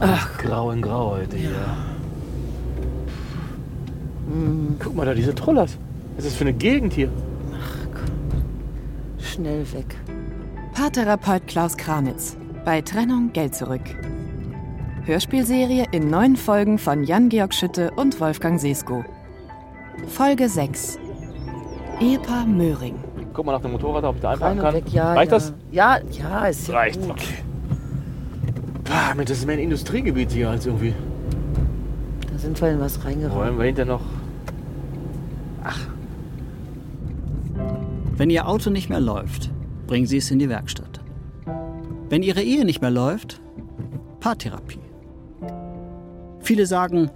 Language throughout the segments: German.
Ach, grau in grau heute hier. Guck mal da, diese Trollers. Was ist das für eine Gegend hier? Schnell weg. Paartherapeut Klaus Kramitz. Bei Trennung Geld zurück. Hörspielserie in neun Folgen von Jan-Georg Schütte und Wolfgang Sesko. Folge 6. Ehepaar Möhring. Guck mal nach dem Motorrad, ob ich da einpacken Rein und kann. weg, ja. Reicht ja. das? Ja, ja, ist ja Reicht. gut. Okay. Pah, Mensch, das ist mehr ein Industriegebiet hier als irgendwie. Da sind wir in was reingeräumt. Wollen wir hinter noch. Wenn Ihr Auto nicht mehr läuft, bringen Sie es in die Werkstatt. Wenn Ihre Ehe nicht mehr läuft, Paartherapie. Viele sagen,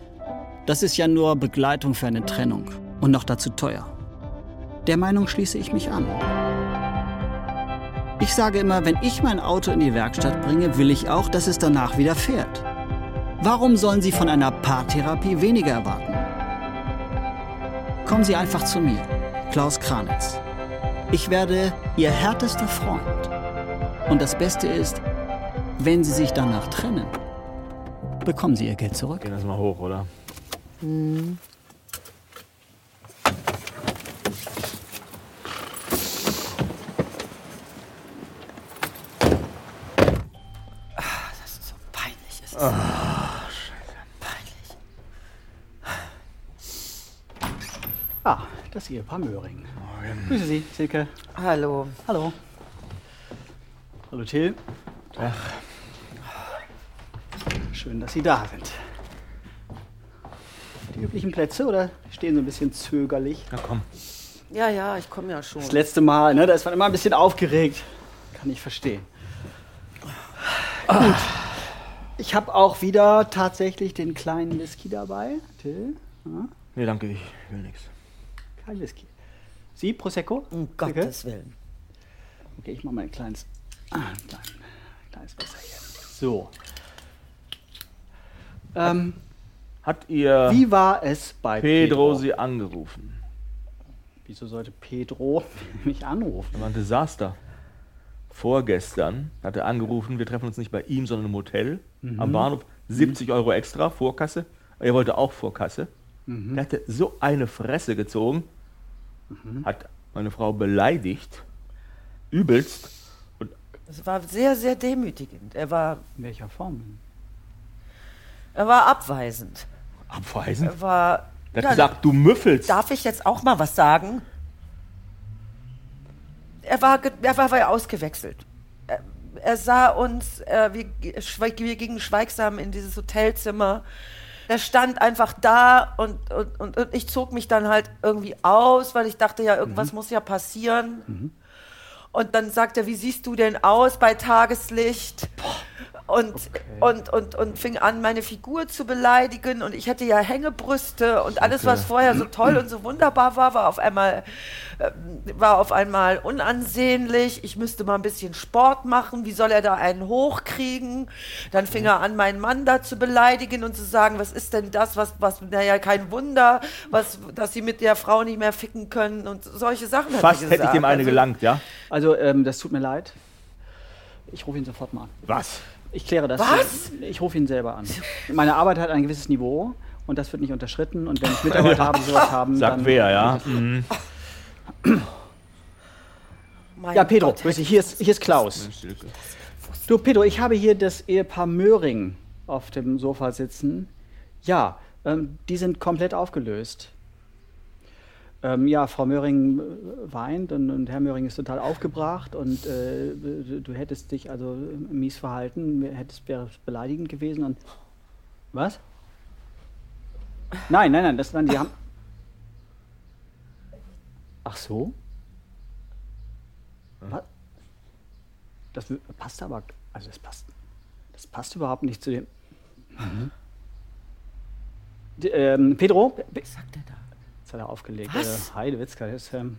das ist ja nur Begleitung für eine Trennung und noch dazu teuer. Der Meinung schließe ich mich an. Ich sage immer, wenn ich mein Auto in die Werkstatt bringe, will ich auch, dass es danach wieder fährt. Warum sollen Sie von einer Paartherapie weniger erwarten? Kommen Sie einfach zu mir, Klaus Kranitz. Ich werde Ihr härtester Freund. Und das Beste ist, wenn Sie sich danach trennen, bekommen Sie Ihr Geld zurück. Gehen das mal hoch, oder? So peinlich ist es. Peinlich. Ah, das Ehepaar Möhring. Grüße Sie, Silke. Hallo. Hallo. Hallo, Till. Schön, dass Sie da sind. Die üblichen Plätze, oder? Die stehen so ein bisschen zögerlich. Na komm. Ja, ja, ich komme ja schon. Das letzte Mal, ne? Da ist man immer ein bisschen aufgeregt. Kann ich verstehen. Gut. Ich habe auch wieder tatsächlich den kleinen Whisky dabei. Till? Ja, Nee, danke, ich will nichts. kein Whisky. Sie, Prosecco? Um Danke. Gottes Willen. Okay, ich mache mal ein kleines, ah, ein klein, kleines Wasser hier. So. Ähm, Hat ihr wie war es bei Pedro Pedro? sie angerufen? Wieso sollte Pedro mich anrufen? Das war ein Desaster. Vorgestern hat er angerufen, wir treffen uns nicht bei ihm, sondern im Hotel Mhm. am Bahnhof. 70 Euro extra, Vorkasse. Er wollte auch Vorkasse. Mhm. Er hatte so eine Fresse gezogen, Mhm. hat meine Frau beleidigt, übelst. Und Es war sehr, sehr demütigend. Er war, In welcher Form? er war abweisend. abweisend. Er war. Er hat Ja, gesagt, du müffelst. Darf ich jetzt auch mal was sagen? Er war, ge- er war, war ausgewechselt. Er, er sah uns, äh, wir, g- schweig- wir gingen schweigsam in dieses Hotelzimmer. Er stand einfach da und, und, und, und ich zog mich dann halt irgendwie aus, weil ich dachte, ja, irgendwas muss ja passieren. Und dann sagt er, wie siehst du denn aus bei Tageslicht? Und, und, und, und fing an, meine Figur zu beleidigen. Und ich hätte ja Hängebrüste und alles, was vorher so toll und so wunderbar war, war auf einmal, ähm, war auf einmal unansehnlich. Ich müsste mal ein bisschen Sport machen. Wie soll er da einen hochkriegen? Dann fing Mhm. er an, meinen Mann da zu beleidigen und zu sagen, was ist denn das? Was, was, naja, kein Wunder, was, dass sie mit der Frau nicht mehr ficken können und solche Sachen. hat er Fast hätte ich gesagt. dem eine Also- gelangt, ja? Also, ähm, das tut mir leid. Ich rufe ihn sofort mal an. Was? Ich kläre das. Was? hier. Ich rufe ihn selber an. Meine Arbeit hat ein gewisses Niveau und das wird nicht unterschritten. Und wenn ich Mitarbeiter habe, die sowas haben, Sagt dann... wer, ja? Mhm. Mein Ja, Pedro, Gott, grüß dich. Hier ist, hier ist Klaus. Du, Pedro, ich habe hier das Ehepaar Möhring auf dem Sofa sitzen. Ja, ähm, die sind komplett aufgelöst. Ähm, ja, Frau Möhring äh, weint und, und Herr Möhring ist total aufgebracht und äh, du du hättest dich also mies verhalten, hättest wäre beleidigend gewesen und was? Nein, nein, nein, das waren die haben. Ach so? Was? Das wür- passt aber, also das passt, das passt überhaupt nicht zu dem. D- Ähm, Pedro, was sagt er da? Jetzt hat er aufgelegt. Was? Äh, Heidewitzka, das ist, ähm,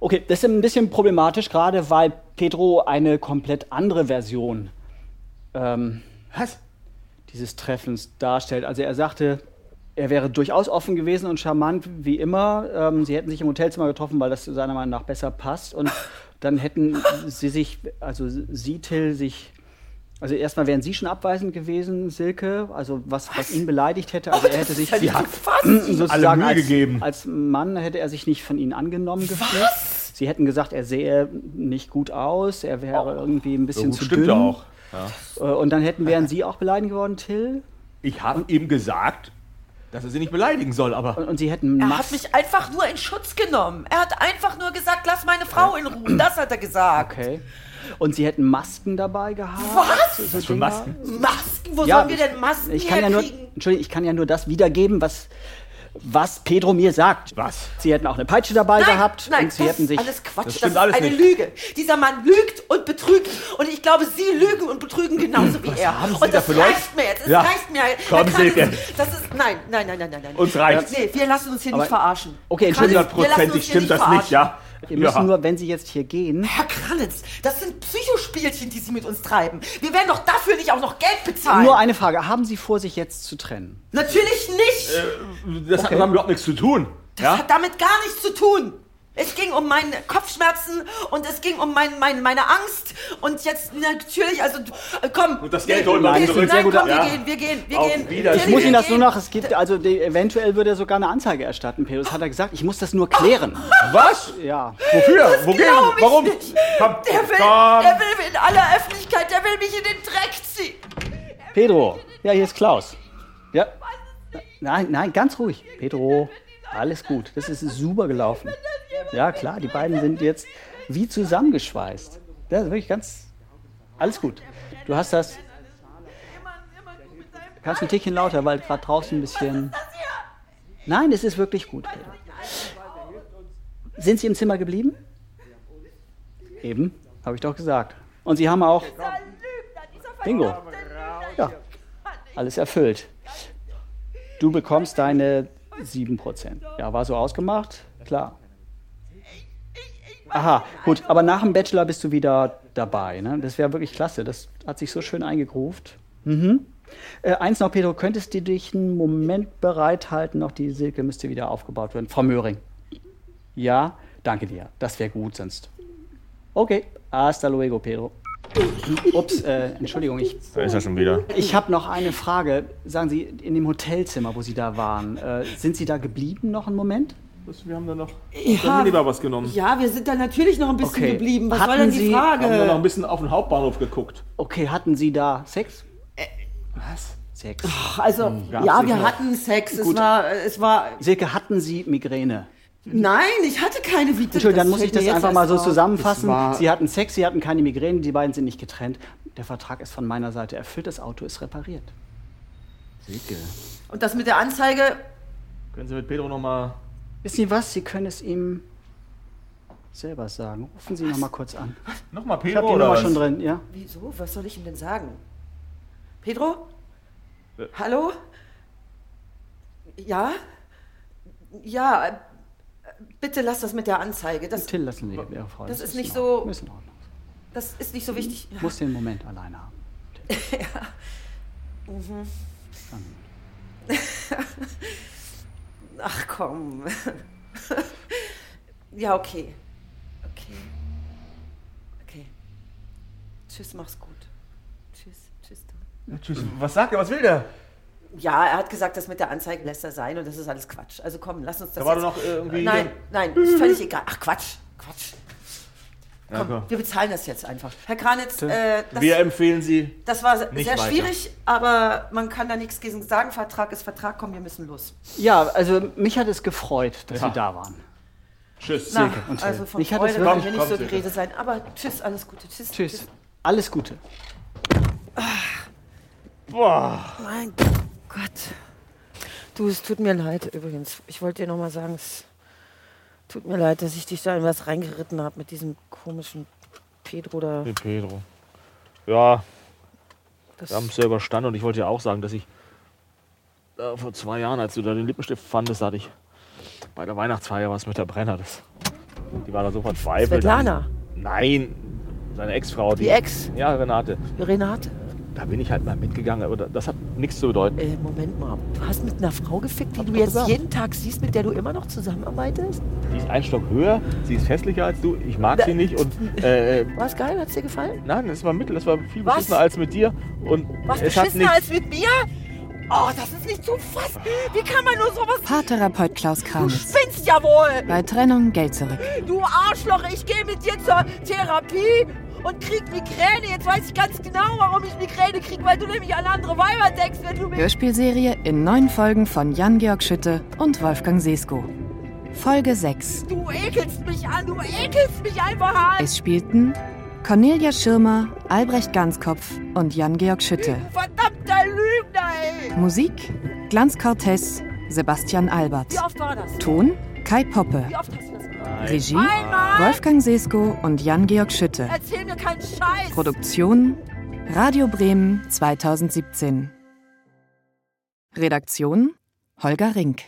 Okay, das ist ein bisschen problematisch gerade, weil Pedro eine komplett andere Version ähm, Was? dieses Treffens darstellt. Also er sagte, er wäre durchaus offen gewesen und charmant wie immer. Ähm, sie hätten sich im Hotelzimmer getroffen, weil das seiner Meinung nach besser passt. Und dann hätten sie sich, also sie, Till, sich Also erstmal wären Sie schon abweisend gewesen, Silke, also was, was ihn beleidigt hätte. Also er hätte sich ja sie nicht hat so fast. sozusagen Mühe als, gegeben. als Mann hätte er sich nicht von ihnen angenommen gefühlt. Sie hätten gesagt, er sähe nicht gut aus, er Oh. wäre irgendwie ein bisschen gut, zu stimmt dünn. ja auch. Ja. Äh, Und dann hätten wären Sie auch beleidigt geworden, Till. Ich habe ihm gesagt, dass er sie nicht beleidigen soll, aber Und, und Sie hätten Er Max- hat mich einfach nur in Schutz genommen. Er hat einfach nur gesagt, lass meine Frau in Ruhe. Das hat er gesagt. Okay. Und Sie hätten Masken dabei gehabt. Was? So- so Was für Dinger. Masken? Masken? Wo Ja, sollen wir denn Masken ich kann ja nur, herkriegen? Entschuldigung, ich kann ja nur das wiedergeben, was, was Pedro mir sagt. was? Sie hätten auch eine Peitsche dabei Nein, gehabt nein, und sie das hätten sich. ist alles Quatsch. Das, stimmt ist alles eine nicht. Lüge. Dieser Mann lügt und betrügt. Und ich glaube, Sie lügen und betrügen genauso wie er. haben Sie und da das für Leute? reicht mir jetzt. Es Ja. reicht mir. Herr Komm, Kranitz, Silke. Das ist, nein, nein, nein, nein, nein, nein. Uns reicht's. Nee, wir lassen uns hier Aber- nicht verarschen. Okay, Kranitz, wir lassen uns hier Hundertprozentig stimmt das nicht, verarschen. ja? Wir müssen ja. nur, wenn sie jetzt hier gehen. Herr Kranitz, das sind Psychospielchen, die Sie mit uns treiben. Wir werden doch dafür nicht auch noch Geld bezahlen. Nur eine Frage. Haben Sie vor, sich jetzt zu trennen? Natürlich nicht. das hat Okay. mit haben überhaupt nichts zu tun. Das Äh, Ja? hat damit gar nichts zu tun. Es ging um meine Kopfschmerzen und es ging um mein, mein, meine Angst und jetzt natürlich, also äh, komm. Und das Geld holen wir nein, zurück. Nein, Sehr komm, gut, wir ja. gehen, wir gehen, wir Auf gehen. Wiedersehen. Ich muss Wir Ihnen das gehen. nur noch. Es gibt also die, eventuell würde er sogar eine Anzeige erstatten. Pedro, das hat er gesagt. Ich muss das nur klären. Was? Ja. Wofür? Wo gehen Glaub ich Warum? nicht. Komm, Der will, komm. der will in aller Öffentlichkeit, der will mich in den Dreck ziehen. Pedro. Ja, hier ist Klaus. Ja. Nein, nein, ganz ruhig. Pedro, alles gut. Das ist super gelaufen. Ja, klar, die beiden sind jetzt wie zusammengeschweißt. Das ist wirklich ganz. Alles gut. Du hast das. Kannst ein Tickchen lauter, weil gerade draußen ein bisschen. Nein, es ist wirklich gut, Pedro. Sind Sie im Zimmer geblieben? Eben, habe ich doch gesagt. Und Sie haben auch. Bingo. Ja, alles erfüllt. Du bekommst deine 7%. Ja, war so ausgemacht? Klar. Aha, gut, aber nach dem Bachelor bist du wieder dabei. Ne? Das wäre wirklich klasse. Das hat sich so schön eingegruft. Mhm. Äh, eins noch, Pedro, könntest du dich einen Moment bereithalten? Noch die Silke müsste wieder aufgebaut werden. Frau Möhring. Ja, danke dir. Das wäre gut sonst. Okay, hasta luego, Pedro. Ups, äh, Entschuldigung, ich Da ist er schon wieder. ich habe noch eine Frage. Sagen Sie, in dem Hotelzimmer, wo Sie da waren, äh, sind Sie da geblieben noch einen Moment? Wir haben da noch Ja. lieber was genommen. Ja, wir sind da natürlich noch ein bisschen Okay. geblieben. Was war Hatten denn die Sie- Haben wir noch ein Frage? bisschen auf den Hauptbahnhof geguckt. Okay, hatten Sie da Sex? was? Sex. Ach, Also, Hm, Gab's ja, nicht wir noch. hatten Sex. Es Gut. war, es war, Silke, hatten Sie Migräne? nein, ich hatte keine Vita. Entschuldigung, dann muss ich fällt das mir jetzt einfach erst mal so auf. zusammenfassen. Es war- Sie hatten Sex, Sie hatten keine Migräne, die beiden sind nicht getrennt. Der Vertrag ist von meiner Seite erfüllt, das Auto ist repariert. Silke. Und das mit der Anzeige, Können Sie mit Pedro nochmal. Wissen Sie was? Sie können es ihm selber sagen. Rufen Sie ihn nochmal kurz an. Nochmal Ich habe Pedro die oder? Nummer was? schon drin, ja? Wieso? Was soll ich ihm denn sagen? Pedro? Hallo? Ja? Ja, äh, bitte lass das mit der Anzeige. Das, Till lassen Sie Ihre Frau. Das ist nicht in Ordnung. so- Ist in Ordnung. das ist nicht so wichtig. Muss den Moment alleine haben. Ach komm. ja, okay. Okay. Okay. Tschüss, mach's gut. Tschüss, tschüss. Tom. Ja, tschüss. Was sagt er? Was will der? Ja, er hat gesagt, das mit der Anzeige lässt er sein und das ist alles Quatsch. Also komm, lass uns das Da war jetzt... doch noch äh, irgendwie. Nein, nein, ist völlig egal. Ach Quatsch, Quatsch. Ja, Komm, klar. wir bezahlen das jetzt einfach. Herr Kranitz, äh, Wir das, empfehlen Sie. das war sehr nicht weiter. schwierig, aber man kann da nichts gegen sagen. Vertrag ist Vertrag, komm, wir müssen los. Ja, also mich hat es gefreut, dass Ja. Sie da waren. Tschüss. Na, Silke. also von Ich hatte es Freude kann wirklich- hier Komm, nicht so die komm, Rede sein. Aber tschüss, alles Gute. Tschüss. Tschüss. Alles Gute. Boah. Mein Gott. Du, es tut mir leid übrigens. Ich wollte dir nochmal sagen, es tut mir leid, dass ich dich da in was reingeritten habe mit diesem komischen Pedro da. Pedro. Ja, Das, Wir haben es ja überstanden und ich wollte ja auch sagen, dass ich äh, vor zwei Jahren, als du da den Lippenstift fandest, hatte ich bei der Weihnachtsfeier was mit der Brenner. Das, die war da so verzweifelt. Svetlana, Nein, seine Ex-Frau. die Ex, Ja, Renate. Renate. Da bin ich halt mal mitgegangen, aber da- das hat nichts zu bedeuten. Äh, Moment mal, du hast mit einer Frau gefickt, die Hab du doch jetzt gesagt. jeden Tag siehst, mit der du immer noch zusammenarbeitest? Die ist einen Stock höher, sie ist hässlicher als du, ich mag Da- sie nicht und äh, äh, War es geil? Hat's dir gefallen? nein, das war Mittel, das war viel Was? beschissener als mit dir und Was es hat beschissener nichts. Ah. als mit mir? Oh, das ist nicht zu fassen. Wie kann man nur sowas... Paartherapeut Klaus Du Kramitz. spinnst ja wohl! Bei Trennung Geld zurück. Du Arschloch, ich gehe mit dir zur Therapie und krieg Migräne. Jetzt weiß ich ganz genau, warum ich Migräne krieg, weil du nämlich an andere Weiber denkst, wenn du mich... Hörspielserie in neun Folgen von Jan-Georg Schütte und Wolfgang Sesko. Folge 6. Du ekelst mich an, du ekelst mich einfach an. Es spielten Cornelia Schirmer, Albrecht Ganzkopf und Jan-Georg Schütte. Du Verdammter Lügner, ey! Musik Glanz Cortez, Sebastian Albert. Wie oft war das? Ton Kai Poppe. Wie oft hast du das gemacht? Regie Einmal! Wolfgang Sesko und Jan-Georg Schütte. Erzähl mir keinen Scheiß! Produktion Radio Bremen 2017. Redaktion Holger Rink.